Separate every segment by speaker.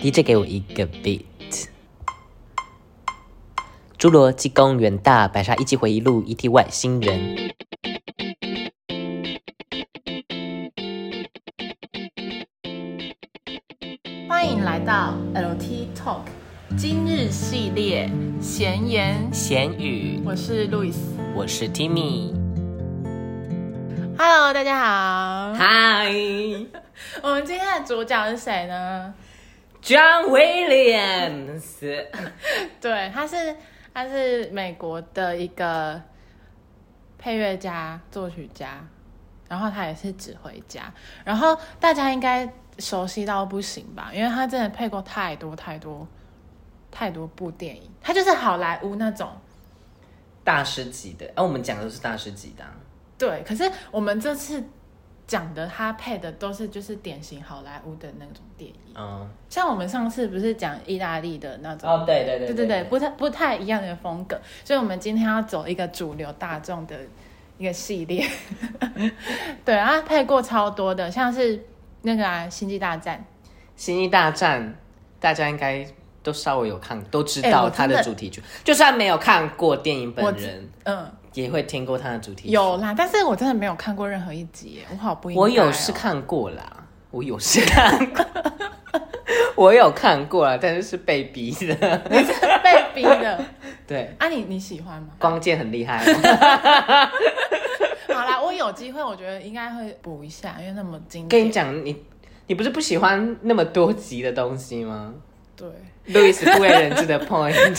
Speaker 1: DJ 给我一个 beat。侏罗纪公园大白鲨，一起回忆录，一 T 外星人。
Speaker 2: 欢迎来到 LT Talk 今日系列闲言，
Speaker 1: 咸鱼，
Speaker 2: 我是路易斯。
Speaker 1: 我是 Timmy。
Speaker 2: Hello，大家好。
Speaker 1: 嗨
Speaker 2: 我们今天的主角是谁呢？
Speaker 1: ，John Williams。
Speaker 2: 对，他是他是美国的一个配乐家、作曲家，然后他也是指挥家，然后大家应该熟悉到不行吧？因为他真的配过太多太多太多部电影，他就是好莱坞那种。
Speaker 1: 大师级的，啊，我们讲的都是大师级的啊、
Speaker 2: 对，可是我们这次讲的他配的都是就是典型好莱坞的那种电影，
Speaker 1: 嗯，
Speaker 2: 像我们上次不是讲意大利的那种
Speaker 1: 哦，对对对
Speaker 2: 对对对，不太不太一样的风格，所以我们今天要走一个主流大众的一个系列。 对，他配过超多的，像是那个啊《星际大战
Speaker 1: 星际大战，大家应该都稍微有看，都知
Speaker 2: 哎
Speaker 1: 道
Speaker 2: 我
Speaker 1: 它
Speaker 2: 真
Speaker 1: 的
Speaker 2: 的
Speaker 1: 主题曲。就算没有看过电影
Speaker 2: 我
Speaker 1: 本
Speaker 2: 知
Speaker 1: 人，》，
Speaker 2: 嗯，
Speaker 1: 也会听过它的主题曲。
Speaker 2: 有啦，但是我真的没有看过任何一集耶，我好不应该、哦
Speaker 1: 我有是
Speaker 2: 是，
Speaker 1: 看过啦，我有是看过， 我有看过啦，但是是被逼的。
Speaker 2: 你是 被逼的
Speaker 1: 对，
Speaker 2: 啊？你你喜欢吗？
Speaker 1: 光剑很厉害，
Speaker 2: 好啦，我有机会，我觉得应该会补一下，因为那么经典。
Speaker 1: 跟你讲，你你不是不喜欢那么多集的东西吗？
Speaker 2: 对。
Speaker 1: 路易斯不为人知的 point，
Speaker 2: 可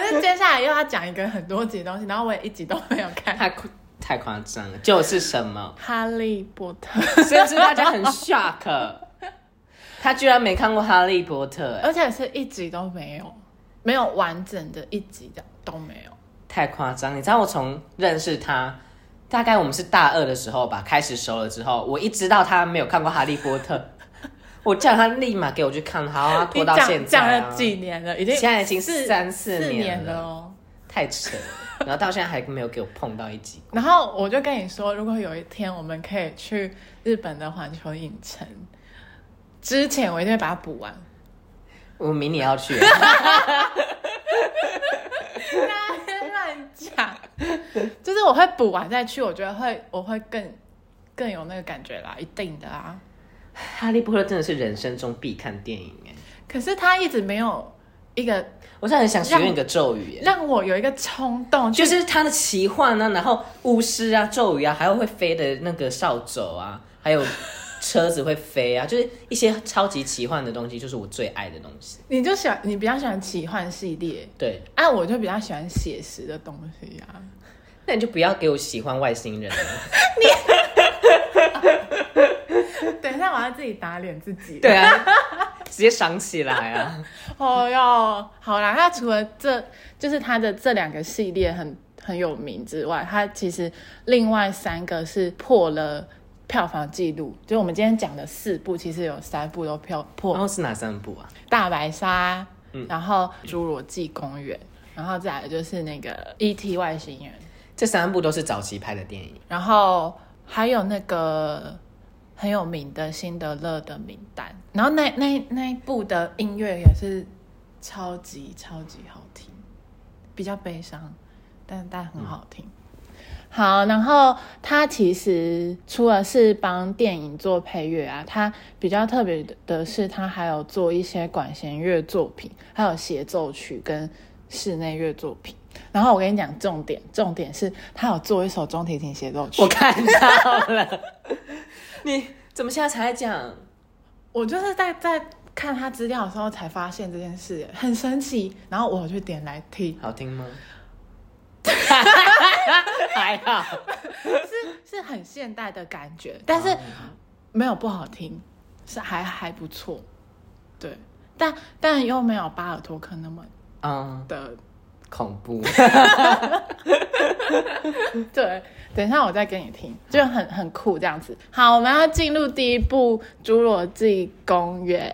Speaker 2: 是接下来又要讲一个很多集的东西，然后我也一集都没有看《
Speaker 1: 太夸太夸张了，就是什么？
Speaker 2: 哈利波特》，
Speaker 1: 甚至大家很 shock，他居然没看过《哈利波特》哎，
Speaker 2: 而且是一集都没有，没有完整的一集的都没有。
Speaker 1: 太夸张！你知道我从认识他，大概我们是大二的时候吧，开始熟了之后，我一知道他没有看过《哈利波特》， 我叫他立马给我去看，好、啊，拖到
Speaker 2: 你讲
Speaker 1: 现在、
Speaker 2: 讲
Speaker 1: 啊、
Speaker 2: 了几年了，已经
Speaker 1: 现在已经
Speaker 2: 四
Speaker 1: 三四
Speaker 2: 四
Speaker 1: 年
Speaker 2: 年了哦。
Speaker 1: 太扯了，然后到现在还没有给我碰到一集。
Speaker 2: 然后我就跟你说，如果有一天我们可以去日本的环球影城，之前我一定会把它补完。
Speaker 1: 我明年要去，啊
Speaker 2: 乱讲，就是我会补完再去，我觉得会我会更更有那个感觉啦，一定的啊。
Speaker 1: 哈利波特》真的是人生中必看电影哎！
Speaker 2: 可是他一直没有一个
Speaker 1: 我真的很想许愿一个咒语哎，
Speaker 2: 让我有一个冲动，
Speaker 1: 就
Speaker 2: 就是
Speaker 1: 是他的奇幻啊，然后巫师啊、咒语啊，还有会飞的那个扫帚啊，还有车子会飞啊，就是一些超级奇幻的东西，就是我最爱的东西。
Speaker 2: 你就喜欢你比较喜欢奇幻系列，
Speaker 1: 对，
Speaker 2: 啊，我就比较喜欢写实的东西啊。
Speaker 1: 那你就不要给我喜欢外星人了。
Speaker 2: 等一下我要自己打脸自己。，
Speaker 1: 对啊， 直接赏起来啊！
Speaker 2: 哦哟，好啦，那除了这就是他的这两个系列很很有名之外，他其实另外三个是破了。票房记录，就我们今天讲的四部，其实有三部都票破
Speaker 1: 然后是哪三部啊？
Speaker 2: 大白鲨，然后侏罗纪公园，然后再来就是那个 E.T. 外星人，
Speaker 1: 这三部都是早期拍的电影。
Speaker 2: 然后还有那个很有名的《辛德勒的名单》，然后那那那一部的音乐也是超级超级好听，比较悲伤，但但很好听。好，然后他其实除了是帮电影做配乐啊，他比较特别的是，他还有做一些管弦乐作品，还有协奏曲跟室内乐作品。然后我跟你讲重点，重点是他有做一首中提琴协奏曲。
Speaker 1: 我看到了， 你怎么现在才来讲？
Speaker 2: 我就是在在看他资料的时候才发现这件事，很神奇。然后我去点来听，
Speaker 1: 好听吗？ 还 好，
Speaker 2: 是是很现代的感觉，但是啊没有不好听，是还还不错。对，但但又没有巴尔托克那么
Speaker 1: 嗯，
Speaker 2: 的
Speaker 1: 恐 怖。
Speaker 2: 对，等一下我再给你听，就很很酷这样子。好，我们要进入第一部《侏罗纪公园》，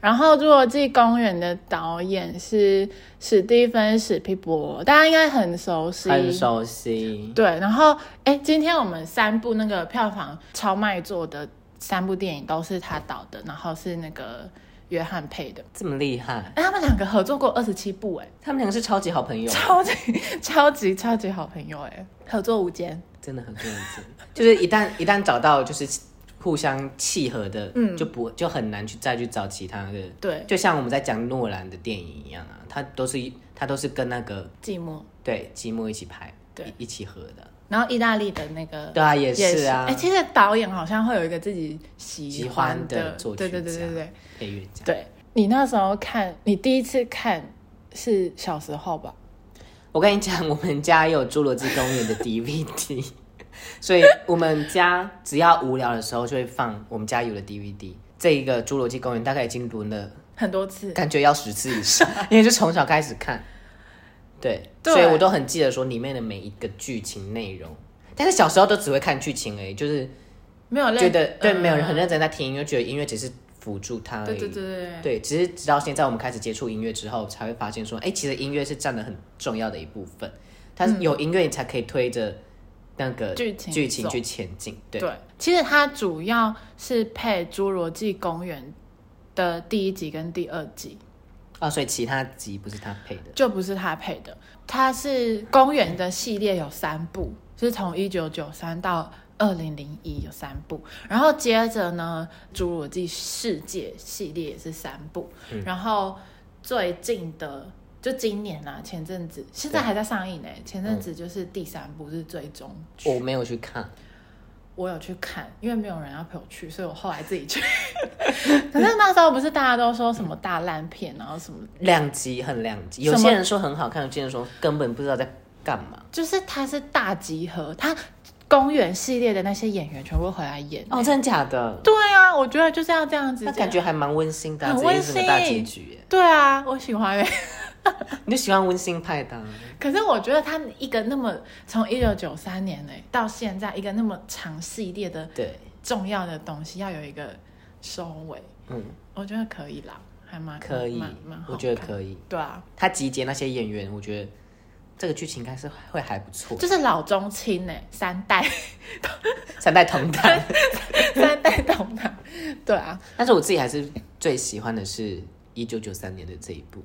Speaker 2: 然后《侏罗纪公园》的导演是史蒂芬史皮博，大家应该很熟悉。
Speaker 1: 很熟悉。
Speaker 2: 对，然后哎，今天我们三部那个票房超卖座的三部电影都是他导的，然后是那个约翰配的。
Speaker 1: 这么厉害，
Speaker 2: 哎，他们两个合作过二十七部，哎，
Speaker 1: 他们两个是超级好朋友，
Speaker 2: 超级超级超级好朋友，哎，合作无间。
Speaker 1: 真的很认真。就是一旦一旦找到就是互相契合的，
Speaker 2: 嗯
Speaker 1: 就不就很难去再去找其他的。
Speaker 2: 对，
Speaker 1: 就像我们在讲诺兰的电影一样啊，他都是他都是跟那个
Speaker 2: 寂寞。
Speaker 1: 对寂寞一起拍，
Speaker 2: 对
Speaker 1: 一一起合的。
Speaker 2: 然后意大利的那个
Speaker 1: 对啊，也是啊，
Speaker 2: 哎、其实导演好像会有一个自己
Speaker 1: 喜
Speaker 2: 喜
Speaker 1: 欢
Speaker 2: 欢
Speaker 1: 的作曲
Speaker 2: 对
Speaker 1: 家、
Speaker 2: 对对对对
Speaker 1: 配乐家。
Speaker 2: 对。你那时候看，你第一次看是小时候吧？
Speaker 1: 我跟你讲，我们家有《侏罗纪公园》的 DVD，所以我们家只要无聊的时候就会放我们家有的 DVD。这一个《侏罗纪公园》大概已经轮了，
Speaker 2: 很多次，
Speaker 1: 感觉要十次以上，因为就从小开始看。对，
Speaker 2: 对
Speaker 1: 所以我都很记得说里面的每一个剧情内容。但是小时候都只会看剧情而已，就是
Speaker 2: 没有认
Speaker 1: 觉得对没有人很
Speaker 2: 认
Speaker 1: 认真在听音乐，觉得音乐只是辅助他而已。
Speaker 2: 嗯对对对对对。
Speaker 1: 对，只是直到现在我们开始接触音乐之后，才会发现说，哎、其实音乐是占了很重要的一部分。它是有音乐，你才可以推着那个
Speaker 2: 嗯剧情
Speaker 1: 剧情
Speaker 2: 走
Speaker 1: 去前进。对，
Speaker 2: 对，其实它主要是配《侏罗纪公园》的第一集跟第二集，
Speaker 1: 啊，所以其他集不是他配的。
Speaker 2: 就不是他配的。它是公园的系列有三部，是从一九九三到二零零一有三部，然后接着呢，《侏罗纪世界》系列也是三部，然后最近的。就今年啊，前阵子现在还在上映呢、前阵子就是第三部是最终剧，
Speaker 1: 我没有去看，
Speaker 2: 我有去看，因为没有人要陪我去，所以我后来自己去。 可是那时候不是大家都说什么大烂片，然后什么，
Speaker 1: 两集很两集，有
Speaker 2: 什么
Speaker 1: 些人说很好看，有些人说根本不知道在干嘛。
Speaker 2: 就是它是大集合，它公园系列的那些演员全部回来演。
Speaker 1: 哦，真的假的？
Speaker 2: 对啊，我觉得就是要这样子。
Speaker 1: 那感觉还蛮温馨的、啊，
Speaker 2: 很
Speaker 1: 直接
Speaker 2: 温
Speaker 1: 是个大结
Speaker 2: 馨
Speaker 1: 局耶。
Speaker 2: 对啊，我喜欢、欸。
Speaker 1: 你就喜欢温馨派的啊、
Speaker 2: 可是我觉得他一个那么从一九九三年呢、到现在一个那么长系列的
Speaker 1: 对，
Speaker 2: 重要的东西，要有一个收尾，
Speaker 1: 嗯，
Speaker 2: 我觉得可以啦，还蛮
Speaker 1: 可以
Speaker 2: 蛮蛮，
Speaker 1: 我觉得
Speaker 2: 以。
Speaker 1: 可以。
Speaker 2: 对啊，
Speaker 1: 他集结那些演员，我觉得这个剧情应该是会还不错。
Speaker 2: 就是老中青呢、三代。
Speaker 1: 三代同堂。
Speaker 2: 三代同堂。对啊，
Speaker 1: 但是我自己还是最喜欢的是一九九三年的这一部，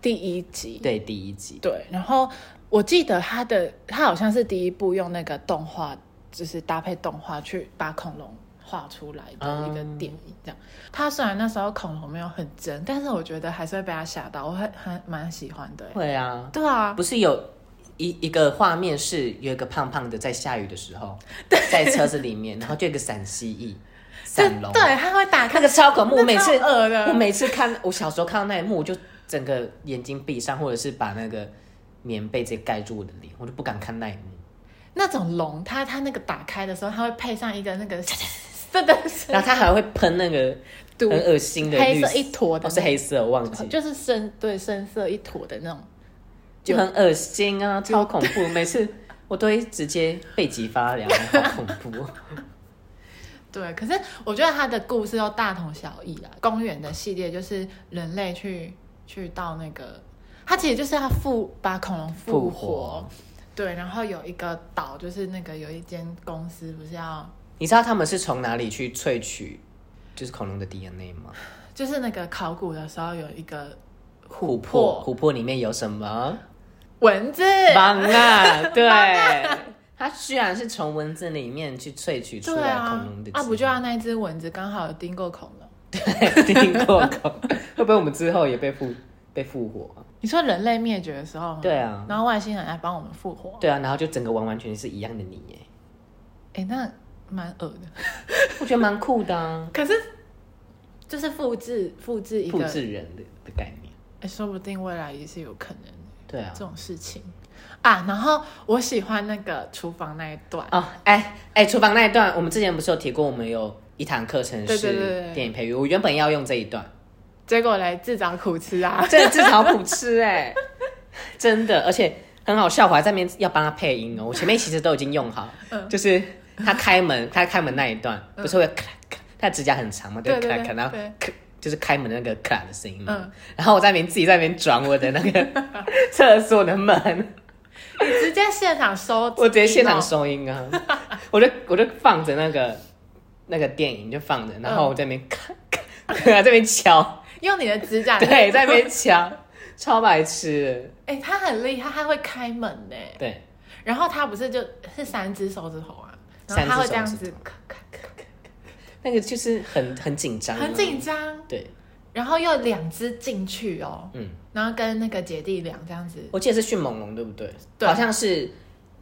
Speaker 2: 第一集。
Speaker 1: 对，第一集，
Speaker 2: 对，然后我记得他的他好像是第一部用那个动画，就是搭配动画去把恐龙画出来的一个
Speaker 1: 嗯
Speaker 2: 电影。这样，他虽然那时候恐龙没有很真，但是我觉得还是会被他吓到，我很很蛮喜欢的欸。
Speaker 1: 会啊，
Speaker 2: 对啊，
Speaker 1: 不是有一一个画面是有一个胖胖的在下雨的时候，在车子里面，然后就有一个闪蜥蜴、闪龙，
Speaker 2: 对，他会打
Speaker 1: 那
Speaker 2: 开
Speaker 1: 个超恐怖，
Speaker 2: 那
Speaker 1: 我每次
Speaker 2: 超恶的
Speaker 1: 我每次看，我小时候看到那一幕，我就整个眼睛闭上，或者是把那个棉被直接盖住我的脸，我就不敢看那一幕。
Speaker 2: 那种龙，它它那个打开的时候，它会配上一个那 个真的是
Speaker 1: 然后它还会喷那个
Speaker 2: 毒
Speaker 1: 很恶心的
Speaker 2: 黑
Speaker 1: 绿
Speaker 2: 色一坨的
Speaker 1: 哦，是
Speaker 2: 那
Speaker 1: 黑色，我忘记了。
Speaker 2: 嗯就是深对深色一坨的那种。
Speaker 1: 就很恶心啊，超恐怖！每次我都会直接背脊发凉，好恐怖。
Speaker 2: 对，可是我觉得他的故事都大同小异啦。公园的系列就是人类去去到那个，它其实就是要复把恐龙复
Speaker 1: 复
Speaker 2: 活。
Speaker 1: 活
Speaker 2: 对，然后有一个岛，就是那个有一间公司不是要，
Speaker 1: 你知道他们是从哪里去萃取就是恐龙的 DNA 吗？
Speaker 2: 就是那个考古的时候有一个
Speaker 1: 琥
Speaker 2: 珀
Speaker 1: 珀，琥珀里面有什么？
Speaker 2: 蚊子，
Speaker 1: 芒啊，对，它居然是从蚊子里面去萃取出
Speaker 2: 对
Speaker 1: 来
Speaker 2: 啊
Speaker 1: 恐龙的，基
Speaker 2: 啊
Speaker 1: 因。
Speaker 2: 不就要那只蚊子刚好有叮过恐龙？
Speaker 1: 听过恐？会不会我们之后也被复被复活啊？
Speaker 2: 你说人类灭绝的时候吗？
Speaker 1: 对啊
Speaker 2: 然后外星人来帮我们复活，
Speaker 1: 对啊，然后就整个完完全全是一样的你耶，
Speaker 2: 哎，那蛮恶的。
Speaker 1: 我觉得蛮酷的啊，
Speaker 2: 可是就是复制复制一
Speaker 1: 复
Speaker 2: 个，
Speaker 1: 制人的的概念。
Speaker 2: 哎说不定未来也是有可能的
Speaker 1: 对啊
Speaker 2: 这，种事情啊。然后我喜欢那个厨房那一段，
Speaker 1: 哦，哎哎，厨房那一段，我们之前不是有提过，我们有一堂课程
Speaker 2: 对对对
Speaker 1: 是
Speaker 2: 对
Speaker 1: 电影配乐，我原本要用这一段，
Speaker 2: 结果来自找苦吃啊。
Speaker 1: 这个自讨苦吃哎、真的，而且很好笑，我还在那边要帮他配音哦，我前面其实都已经用好，
Speaker 2: 嗯
Speaker 1: 就是他开门，他开门那一段不是会咔咔，他指甲很长嘛，
Speaker 2: 对
Speaker 1: 咔
Speaker 2: 对
Speaker 1: 咔，
Speaker 2: 对
Speaker 1: 然后
Speaker 2: 对
Speaker 1: 咔。就是开门那个咔的声音嘛，
Speaker 2: 嗯
Speaker 1: 然后我在那边自己在那边转我的那个 厕所的门，
Speaker 2: 你 直接现场收，哦
Speaker 1: 我直接现场，收音啊！我就我就放着那个那个电影就放着，然
Speaker 2: 嗯
Speaker 1: 后我在那边咔咔， 在那边敲，
Speaker 2: 用你的指甲
Speaker 1: 对，在那边敲，超白痴
Speaker 2: 哎、他很厉害，他会开门呢。
Speaker 1: 的，对，
Speaker 2: 然后他不是就是三只手指头啊，然后他会这样子，咔咔咔
Speaker 1: 那个就是很很紧张，啊
Speaker 2: 很紧，张，
Speaker 1: 对，
Speaker 2: 然后又两只进去哦，
Speaker 1: 嗯，
Speaker 2: 然后跟那个姐弟俩这样子，
Speaker 1: 我记得是迅猛龙对不对？
Speaker 2: 对
Speaker 1: 好像是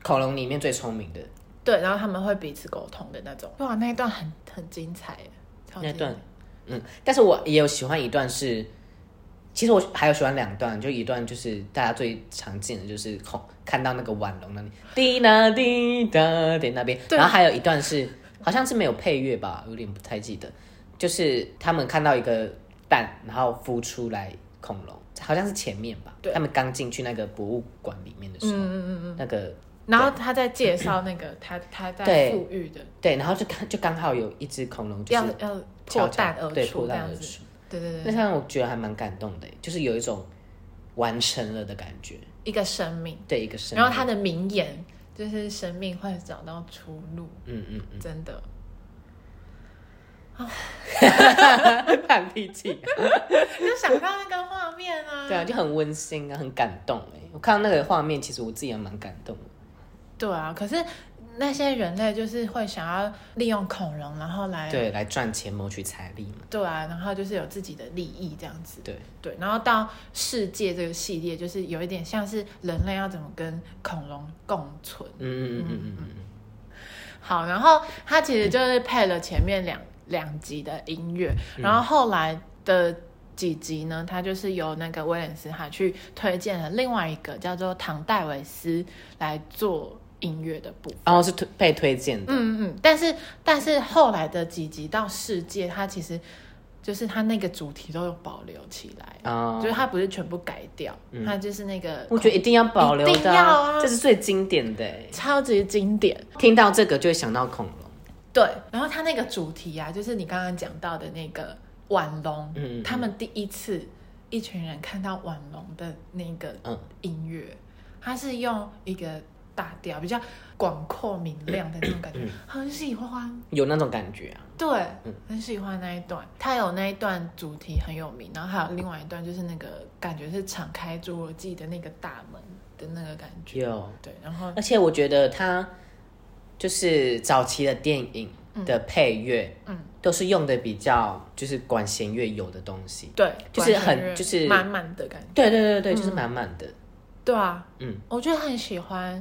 Speaker 1: 恐龙里面最聪明的
Speaker 2: 对，然后他们会彼此沟通的那种。哇，那一段很很精彩耶，超
Speaker 1: 那
Speaker 2: 精彩
Speaker 1: 段，嗯，但是我也有喜欢一段是，其实我还有喜欢两段，就一段就是大家最常见的就是恐看到那个晚龙那里滴答滴答的那边，
Speaker 2: 对
Speaker 1: 然后还有一段是好像是没有配乐吧，有点不太记得，就是他们看到一个蛋，然后孵出来恐龙，好像是前面吧
Speaker 2: 对，嗯
Speaker 1: 他们刚进去那个博物馆里面的时候，那个
Speaker 2: 然后他在介绍那 个他他在
Speaker 1: 对
Speaker 2: 富裕的，
Speaker 1: 对，然后就刚就刚好有一只恐龙就
Speaker 2: 要
Speaker 1: 是
Speaker 2: 要
Speaker 1: 悄
Speaker 2: 破
Speaker 1: 悄
Speaker 2: 蛋而
Speaker 1: 对
Speaker 2: 出
Speaker 1: 破
Speaker 2: 这
Speaker 1: 蛋
Speaker 2: 样
Speaker 1: 而
Speaker 2: 子，
Speaker 1: 出。
Speaker 2: 对对
Speaker 1: 那
Speaker 2: 对，
Speaker 1: 让我觉得还蛮感动的，欸就是有一种完成了的感觉，
Speaker 2: 一个生命。
Speaker 1: 对一个生命。
Speaker 2: 然后他的名言就是“生命会找到出路
Speaker 1: 嗯嗯”，
Speaker 2: 真的。
Speaker 1: 嗯，叹屁气，
Speaker 2: 就想到那个画面 啊。
Speaker 1: 对啊，就很温馨啊，很感动哎。我看到那个画面，其实我自己也蛮感动的。
Speaker 2: 对啊，可是那些人类就是会想要利用恐龙，然后来
Speaker 1: 对，来赚钱谋取财力嘛，
Speaker 2: 对啊，然后就是有自己的利益这样子。
Speaker 1: 对
Speaker 2: 对，然后到世界这个系列，就是有一点像是人类要怎么跟恐龙共存。
Speaker 1: 嗯嗯嗯嗯嗯嗯，
Speaker 2: 好，然后它其实就是配了前面两两集的音乐，然后后来的几集呢，它就是由那个威廉斯他去推荐了另外一个叫做唐戴维斯来做音乐的部分。
Speaker 1: 然后是推被推荐的，
Speaker 2: 嗯嗯，但是但是后来的几集到世界，它其实就是它那个主题都有保留起来，
Speaker 1: 哦嗯
Speaker 2: 就是它不是全部改掉，它就是那个
Speaker 1: 我觉得一定要保留
Speaker 2: 一
Speaker 1: 的
Speaker 2: 定
Speaker 1: 啊、
Speaker 2: 要啊
Speaker 1: 这是最经典的哎。
Speaker 2: 超级经典。
Speaker 1: 听到这个就会想到恐龙，
Speaker 2: 对，然后它那个主题啊，就是你刚刚讲到的那个晚龙，
Speaker 1: 嗯嗯嗯
Speaker 2: 他们第一次一群人看到晚龙的那个
Speaker 1: 嗯
Speaker 2: 音乐，它是用一个大调比较广阔明亮的那种感
Speaker 1: 嗯
Speaker 2: 觉，很喜欢。
Speaker 1: 有那种感觉啊，
Speaker 2: 对，很喜欢那一段。他有那一段主题很有名，然后还有另外一段就是那个感觉是敞开侏罗纪的那个大门的那个感觉。
Speaker 1: 有。
Speaker 2: 对，然后
Speaker 1: 而且我觉得他就是早期的电影的配乐，
Speaker 2: 嗯
Speaker 1: 都是用的比较就是管弦乐有的东西，
Speaker 2: 对，
Speaker 1: 就是
Speaker 2: 管弦乐
Speaker 1: 很就是
Speaker 2: 满满的感觉。
Speaker 1: 对对对对，就是满满的，
Speaker 2: 对啊，
Speaker 1: 嗯，
Speaker 2: 我就很喜欢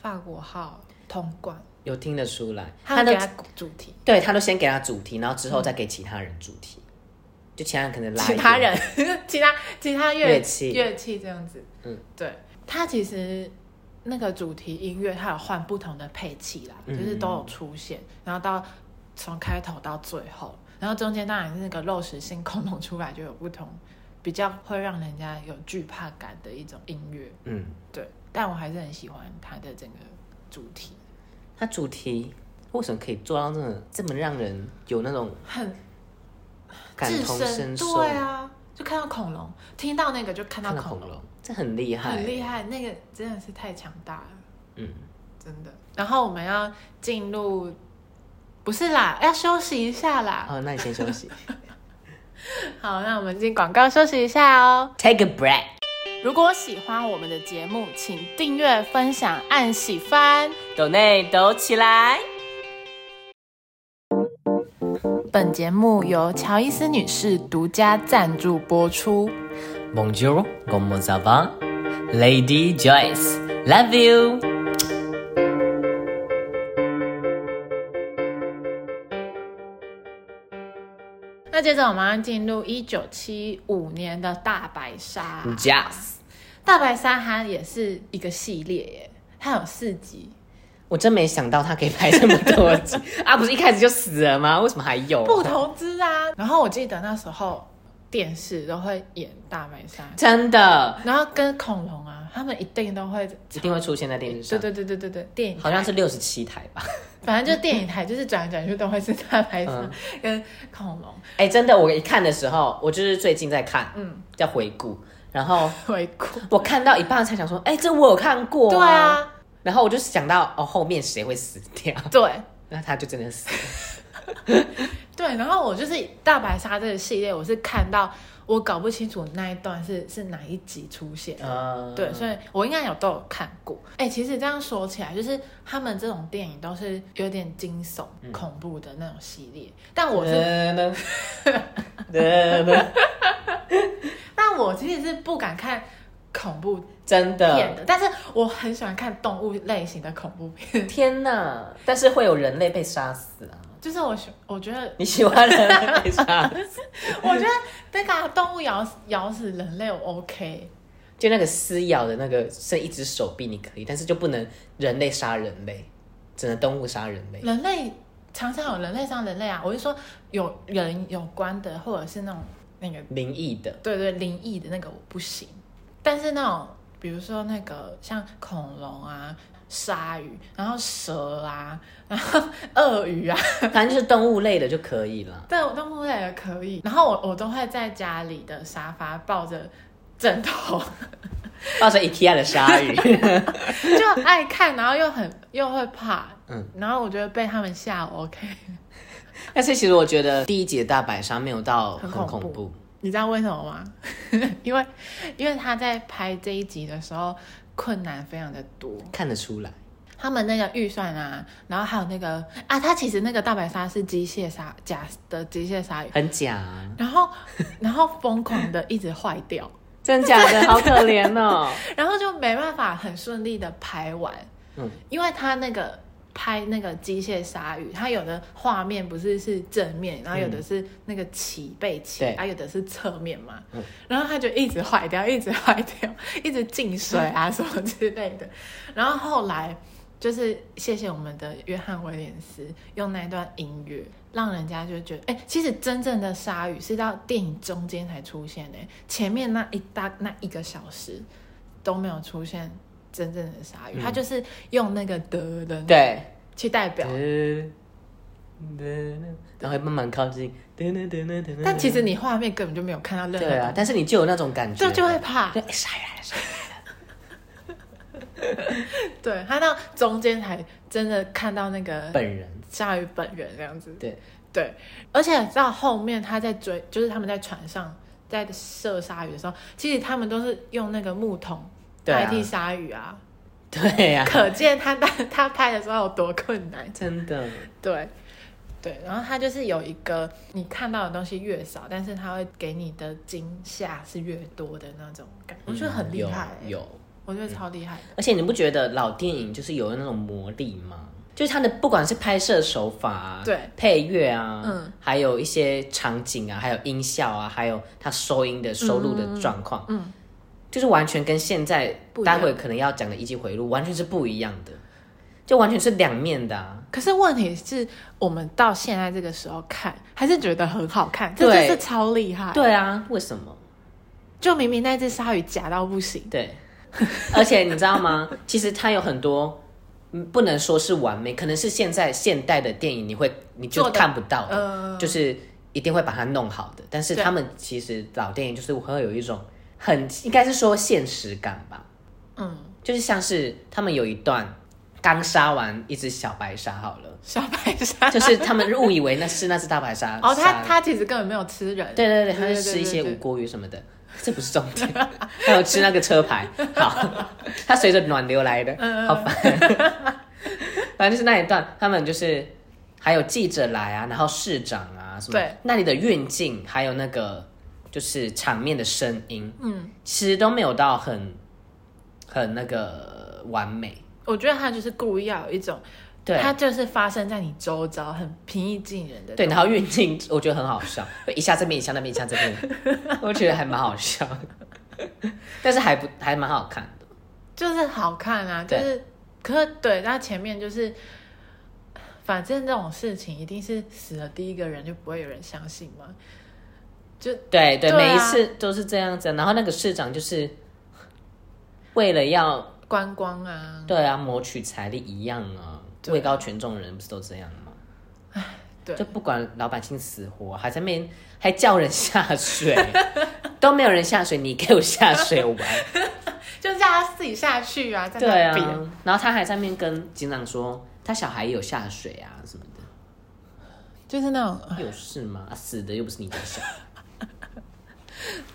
Speaker 2: 法国号通关，
Speaker 1: 有听得出来，
Speaker 2: 他
Speaker 1: 都
Speaker 2: 给他主题，
Speaker 1: 对他都先给他主题，然后之后再给其他人主题，就其他人可能拉一
Speaker 2: 其
Speaker 1: 点
Speaker 2: 他人 其他其他乐
Speaker 1: 乐器
Speaker 2: 乐器这样子。
Speaker 1: 嗯，
Speaker 2: 对，他其实。那个主题音乐，它有换不同的配器啦，
Speaker 1: 嗯
Speaker 2: 就是都有出现，然后到从开头到最后，然后中间当然是那个肉食性 恐龙出来就有不同，比较会让人家有惧怕感的一种音乐。
Speaker 1: 嗯，
Speaker 2: 对，但我还是很喜欢它的整个主题，
Speaker 1: 他主题为什么可以做到这么这么让人有那种
Speaker 2: 很
Speaker 1: 感
Speaker 2: 置
Speaker 1: 同身受？
Speaker 2: 对啊，就看到恐龙，听到那个就看到
Speaker 1: 看到
Speaker 2: 恐
Speaker 1: 恐龙
Speaker 2: 龙，，
Speaker 1: 这很厉害，
Speaker 2: 很厉害，那个真的是太强大了，
Speaker 1: 嗯，
Speaker 2: 真的。然后我们要进入，不是啦，要休息一下啦。
Speaker 1: 哦，那你先休息嗯
Speaker 2: 好，那我们进广告休息一下哦。
Speaker 1: ，take a break。
Speaker 2: 如果喜欢我们的节目，请订阅、分享、按喜欢。
Speaker 1: 抖内抖起来。
Speaker 2: 本节目由乔伊斯女士独家赞助播出。
Speaker 1: Bonjour, comment ça va? Lady Joyce, love you.
Speaker 2: 那接着我们要进入一九七五年的大白鲨。
Speaker 1: 嗯 Jazz，
Speaker 2: 大白鲨它也是一个系列耶，它有四集，
Speaker 1: 我真没想到他可以拍这么多 集啊！不是一开始就死了吗？为什么还有？
Speaker 2: 不投资啊。然后我记得那时候电视都会演大白鲨，
Speaker 1: 真的
Speaker 2: 然后跟恐龙啊，他们一定都会，
Speaker 1: 一定会出现在电视
Speaker 2: 对
Speaker 1: 上。
Speaker 2: 对对对对对，电影
Speaker 1: 好像是六十七台吧？
Speaker 2: 反正就电影台就是转来转去都会是大白鲨
Speaker 1: 嗯
Speaker 2: 跟恐龙
Speaker 1: 哎、真的，我一看的时候，我就是最近在看，
Speaker 2: 嗯
Speaker 1: 嗯，在回顾，然后
Speaker 2: 回顾。
Speaker 1: 我看到一半才想说，哎、这我有看过、
Speaker 2: 对，啊，
Speaker 1: 然后我就想到，哦，后面谁会死掉？
Speaker 2: 对，
Speaker 1: 那他就真的死了。
Speaker 2: 对，然后我就是大白鲨这个系列，我是看到我搞不清楚那一段是是哪一集出现的，
Speaker 1: 嗯，
Speaker 2: 对，所以我应该有都有看过。哎、其实这样说起来，就是他们这种电影都是有点惊悚、恐怖的那种系列，但 我是，
Speaker 1: 呢，噔噔
Speaker 2: 但我其实是不敢看恐怖
Speaker 1: 真
Speaker 2: 片
Speaker 1: 的，
Speaker 2: 的，但是我很喜欢看动物类型的恐怖片，
Speaker 1: 天哪！但是会有人类被杀死啊！
Speaker 2: 就是我喜，我觉得，
Speaker 1: 你喜欢人类被杀 死，
Speaker 2: 我觉得那个啊动物咬死咬死人类我 OK，
Speaker 1: 就那个撕咬的那个剩一只手臂你可以，但是就不能人类杀人类，只能动物杀人类。
Speaker 2: 人类常常有人类伤人类啊，我是说有人有关的，或者是那种那个
Speaker 1: 灵异的，
Speaker 2: 对对灵异的那个我不行，但是那种比如说那个像恐龙啊、鲨鱼，然后蛇啊，然后鳄鱼啊，
Speaker 1: 反正就是动物类的就可以了。
Speaker 2: 对，我动物类的可以。然后我我都会在家里的沙发抱着枕头，
Speaker 1: 抱着哦 IKEA 的鲨鱼，
Speaker 2: 就爱看，然后又很又会怕，
Speaker 1: 嗯，
Speaker 2: 然后我觉得被他们吓我 OK，
Speaker 1: 但是其实我觉得第一集的大白鲨没有到很恐
Speaker 2: 很恐
Speaker 1: 怖
Speaker 2: 怖，你知道为什么吗？ 因为因为他在拍这一集的时候困难非常的多，
Speaker 1: 看得出来。
Speaker 2: 他们那个预算啊，然后还有那个啊，它其实那个大白鲨是机械鲨假的机械鲨鱼，
Speaker 1: 很假、啊，
Speaker 2: 然后然后疯狂的一直坏掉，
Speaker 1: 真假的，好可怜哦。
Speaker 2: 然后就没办法很顺利的拍完，
Speaker 1: 嗯，
Speaker 2: 因为它那个拍那个机械鲨鱼，它有的画面不是是正面，然后有的是那个鳍背鳍，
Speaker 1: 嗯对
Speaker 2: 啊有的是侧面嘛，
Speaker 1: 嗯
Speaker 2: 然后它就一直坏掉，一直坏掉，一直进水啊什么之类的，然后后来。就是谢谢我们的约翰威廉斯用那段音乐，让人家就觉得，哎、其实真正的鲨鱼是到电影中间才出现的、前面那一大那一个小时都没有出现真正的鲨鱼，它就是用那个德的
Speaker 1: 嗯对，
Speaker 2: 去代表。
Speaker 1: 然后会慢慢靠近，
Speaker 2: 但其实你画面根本就没有看到任何，
Speaker 1: 对啊，但是你就有那种感觉，
Speaker 2: 就就会怕。
Speaker 1: 对，哎傻呀傻呀，
Speaker 2: 对，他到中间才真的看到那个
Speaker 1: 本人
Speaker 2: 鲨鱼本人这样子。
Speaker 1: 对，
Speaker 2: 对，而且到后面他在追，就是他们在船上在射鲨鱼的时候，其实他们都是用那个木桶
Speaker 1: 对啊
Speaker 2: 代替鲨鱼啊，
Speaker 1: 对啊 呀、
Speaker 2: 可见他 他他拍的时候有多困难。
Speaker 1: 真的，
Speaker 2: 对，对，然后它就是有一个你看到的东西越少，但是它会给你的惊吓是越多的那种感，我觉得很厉害、欸
Speaker 1: 嗯有有，
Speaker 2: 我觉得超厉害的。
Speaker 1: 而且你不觉得老电影就是有那种魔力吗？就是它的不管是拍摄手法啊，
Speaker 2: 对，
Speaker 1: 配乐啊，
Speaker 2: 嗯，
Speaker 1: 还有一些场景啊，还有音效啊，还有它收音的收录的状况，
Speaker 2: 嗯，
Speaker 1: 就是完全跟现在
Speaker 2: 不一样
Speaker 1: 待会可能要讲的一级回路完全是不一样的，就完全是两面的、啊。
Speaker 2: 可是问题是我们到现在这个时候看，还是觉得很好看，这
Speaker 1: 对
Speaker 2: 就是超厉害。，
Speaker 1: 对啊，为什么？
Speaker 2: 就明明那只鲨鱼假到不行，
Speaker 1: 对， 而且你知道吗？其实它有很多，嗯不能说是完美，可能是现在现代的电影你会你就
Speaker 2: 做得
Speaker 1: 看不到的，
Speaker 2: 呃，
Speaker 1: 就是一定会把它弄好的。但是
Speaker 2: 对
Speaker 1: 他们其实老电影就是会有一种很应该是说现实感吧，
Speaker 2: 嗯，
Speaker 1: 就是像是他们有一段刚杀完一只小白鲨好了。
Speaker 2: 小白鲨
Speaker 1: 就是他们误以为那是那只大白鲨
Speaker 2: 哦，
Speaker 1: 杀
Speaker 2: 它它其实根本没有吃人，
Speaker 1: 对对对，他是吃一些
Speaker 2: 对
Speaker 1: 无
Speaker 2: 对
Speaker 1: 锅鱼什么的， 这不是重点， 还有吃那个车牌， 好，它随着暖流来
Speaker 2: 嗯
Speaker 1: 的，好烦。 反正就是那一段，他们就是还有记者来啊，然后市长啊什么，
Speaker 2: 对，
Speaker 1: 那里的运镜还有那个就是场面的声音，
Speaker 2: 嗯，
Speaker 1: 其实都没有到很很那个完美，
Speaker 2: 我觉得它就是故意要有一种，
Speaker 1: 对
Speaker 2: 它就是发生在你周遭，很平易近人的
Speaker 1: 对，然后运镜我觉得很好笑， 会一下这边，一下那边，一下这 边，我觉得还蛮好笑， 但是还不还蛮好看的。
Speaker 2: 就是好看啊，就
Speaker 1: 对
Speaker 2: 是，可是对，那前面就是，反正这种事情一定是死了第一个人就不会有人相信嘛，就
Speaker 1: 对对，
Speaker 2: 对啊
Speaker 1: 每一次都是这样子。啊然后那个市长就是为了要
Speaker 2: 观光啊，
Speaker 1: 对啊谋取财力一样啊，
Speaker 2: 对
Speaker 1: 位高权重的人不是都这样吗？
Speaker 2: 对
Speaker 1: 就不管老百姓死活，还在那边还叫人下水， 都没有人下水，你给我下水玩。
Speaker 2: 就让他自己下去啊，在
Speaker 1: 对
Speaker 2: 那
Speaker 1: 啊
Speaker 2: 边，，
Speaker 1: 然后他还在面跟警长说他小孩也有下水啊什么的，
Speaker 2: 就是那种哎
Speaker 1: 有事吗？啊死的又不是你家小孩，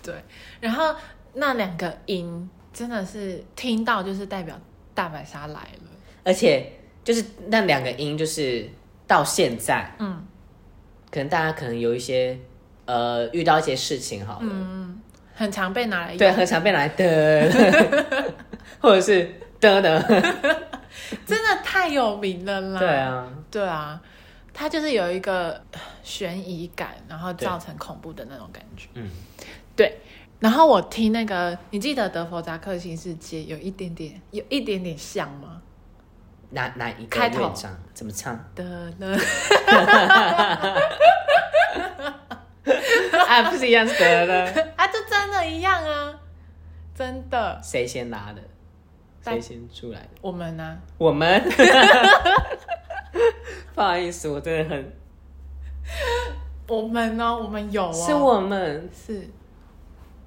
Speaker 2: 对，然后那两个音真的是听到就是代表大白鲨来了，
Speaker 1: 而且就是那两个音，就是到现在，
Speaker 2: 嗯，
Speaker 1: 可能大家可能有一些呃遇到一些事情好了，
Speaker 2: 嗯很常被拿来用。
Speaker 1: 对，很常被拿来的， 或者是的
Speaker 2: 嗯
Speaker 1: 的，
Speaker 2: 真的太有名了啦。
Speaker 1: 对，啊，
Speaker 2: 对啊，它就是有一个呃悬疑感，然后造成恐怖的那种感觉。
Speaker 1: 嗯，
Speaker 2: 对。然后我听那个，你记得德弗扎克新世界有一点点，有一点点像吗？
Speaker 1: 哪哪一个
Speaker 2: 开头
Speaker 1: 乐章怎么唱？
Speaker 2: 的 呢？
Speaker 1: 啊，不是一样是的的，
Speaker 2: 啊，就真的一样啊，真的。
Speaker 1: 谁先拉的？
Speaker 2: 大
Speaker 1: 谁先出来的？
Speaker 2: 我们啊呢、
Speaker 1: 我 们，不好意思，我真的很，
Speaker 2: 我们呢、我们有哦，
Speaker 1: 是我们，
Speaker 2: 是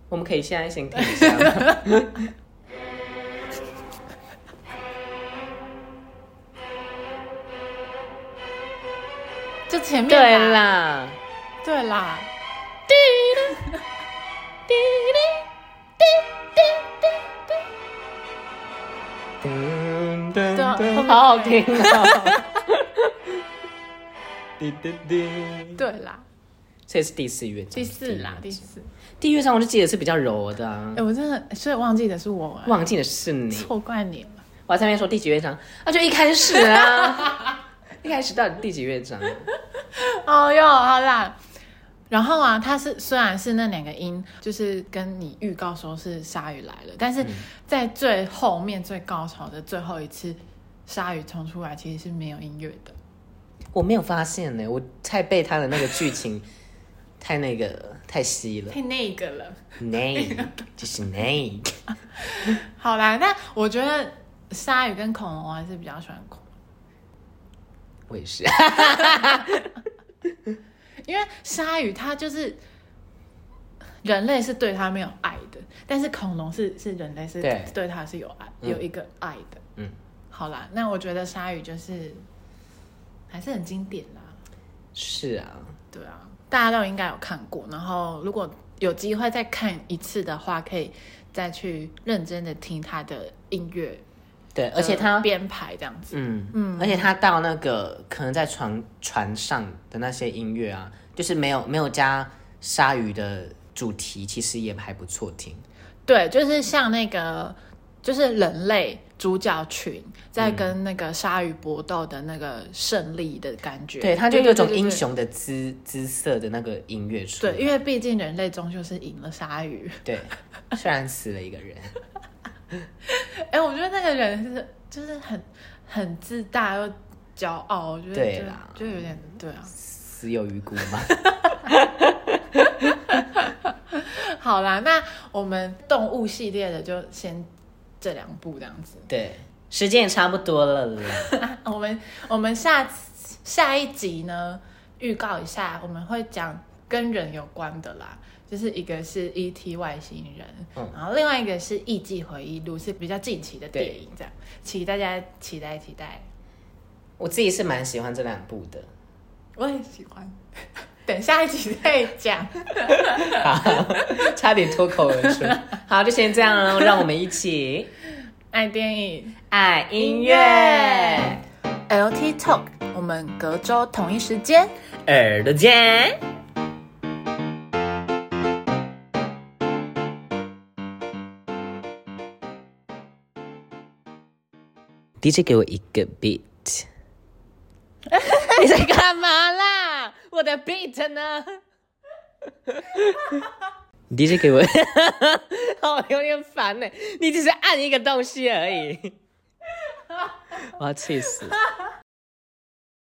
Speaker 1: 我们可以现在先听一下吗？
Speaker 2: 就前 面
Speaker 1: 对
Speaker 2: 啦
Speaker 1: 啦，
Speaker 2: 对啦，
Speaker 1: 噔
Speaker 2: 对啊
Speaker 1: 噔，好好听啊！ 滴滴滴，
Speaker 2: 对啦，
Speaker 1: 这也是第四乐章，
Speaker 2: 第四啦，
Speaker 1: 第
Speaker 2: 第
Speaker 1: 一乐章第一
Speaker 2: 四。
Speaker 1: 乐章我就记得是比较柔的啊
Speaker 2: 哎、，我真的，所以忘记的是我、哎
Speaker 1: 忘记的是你。
Speaker 2: 错怪你了。
Speaker 1: 啊我还在那边说第几乐章，啊，就一开始啊， 一开始到底第几乐章？
Speaker 2: 哦哟，好啦。然后啊，它是虽然是那两个音，就是跟你预告说是鲨鱼来了，但是在最后面最高潮的最后一次，鲨鱼冲出来其实是没有音乐的。
Speaker 1: 我没有发现呢、我太被他的那个剧情 太那个太吸了。
Speaker 2: 太那个了。
Speaker 1: nay，就是 nay。
Speaker 2: 好啦，但我觉得鲨鱼跟恐龙，我还是比较喜欢恐
Speaker 1: 我也是，
Speaker 2: 龙，因为鲨鱼它就是人类是对它没有爱的，但是恐龙是是人类是
Speaker 1: 对
Speaker 2: 对它是有爱、
Speaker 1: 嗯
Speaker 2: 有一个爱的。
Speaker 1: 嗯，
Speaker 2: 好啦，那我觉得鲨鱼就是还是很经典啦。
Speaker 1: 是啊，
Speaker 2: 对啊，大家都应该有看过，然后如果有机会再看一次的话，可以再去认真的听它的音乐，
Speaker 1: 对，而
Speaker 2: 嗯
Speaker 1: 且他，
Speaker 2: 编排这样子。
Speaker 1: 嗯嗯，而且他到那个可能在船船上的那些音乐啊，就是没有没有加鲨鱼的主题，其实也还不错听。
Speaker 2: 对，就是像那个，就是人类主角群在
Speaker 1: 嗯
Speaker 2: 跟那个鲨鱼搏斗的那个胜利的感觉。
Speaker 1: 对，他就有一种
Speaker 2: 对
Speaker 1: 英。雄的姿姿色的那个音乐出
Speaker 2: 对
Speaker 1: 来。
Speaker 2: 对对对，因为毕竟人类终究是赢了鲨鱼。
Speaker 1: 对，虽然死了一个人，
Speaker 2: 哎，我觉得那个人就是就是很很自大又骄傲，我觉得
Speaker 1: 对
Speaker 2: 就
Speaker 1: 啦
Speaker 2: 就有点对啊。
Speaker 1: 死有余辜嘛。
Speaker 2: 好啦，那我们动物系列的就先这两部这样子。
Speaker 1: 对，时间也差不多了啦。
Speaker 2: 我们我们下次下一集呢，预告一下，我们会讲跟人有关的啦，就是一个是 E.T. 外星人，
Speaker 1: 嗯
Speaker 2: 然后另外一个是《艺伎回忆录》，是比较近期的电影，这样，请大家期待期待。
Speaker 1: 我自己是蛮喜欢这两部的。
Speaker 2: 我也喜欢，等下一集再 讲。
Speaker 1: 差点脱口而出。好，就先这样喽，让我们一起
Speaker 2: 爱电影
Speaker 1: 爱音乐。
Speaker 2: ，L.T. Talk，我们隔周同一时间。
Speaker 1: 耳朵见。DJ 给我一个 beat，你在干嘛啦？我的 beat 呢？DJ 给我， 哦，有点烦 呢。你只是按一个东西而已，我要气死了。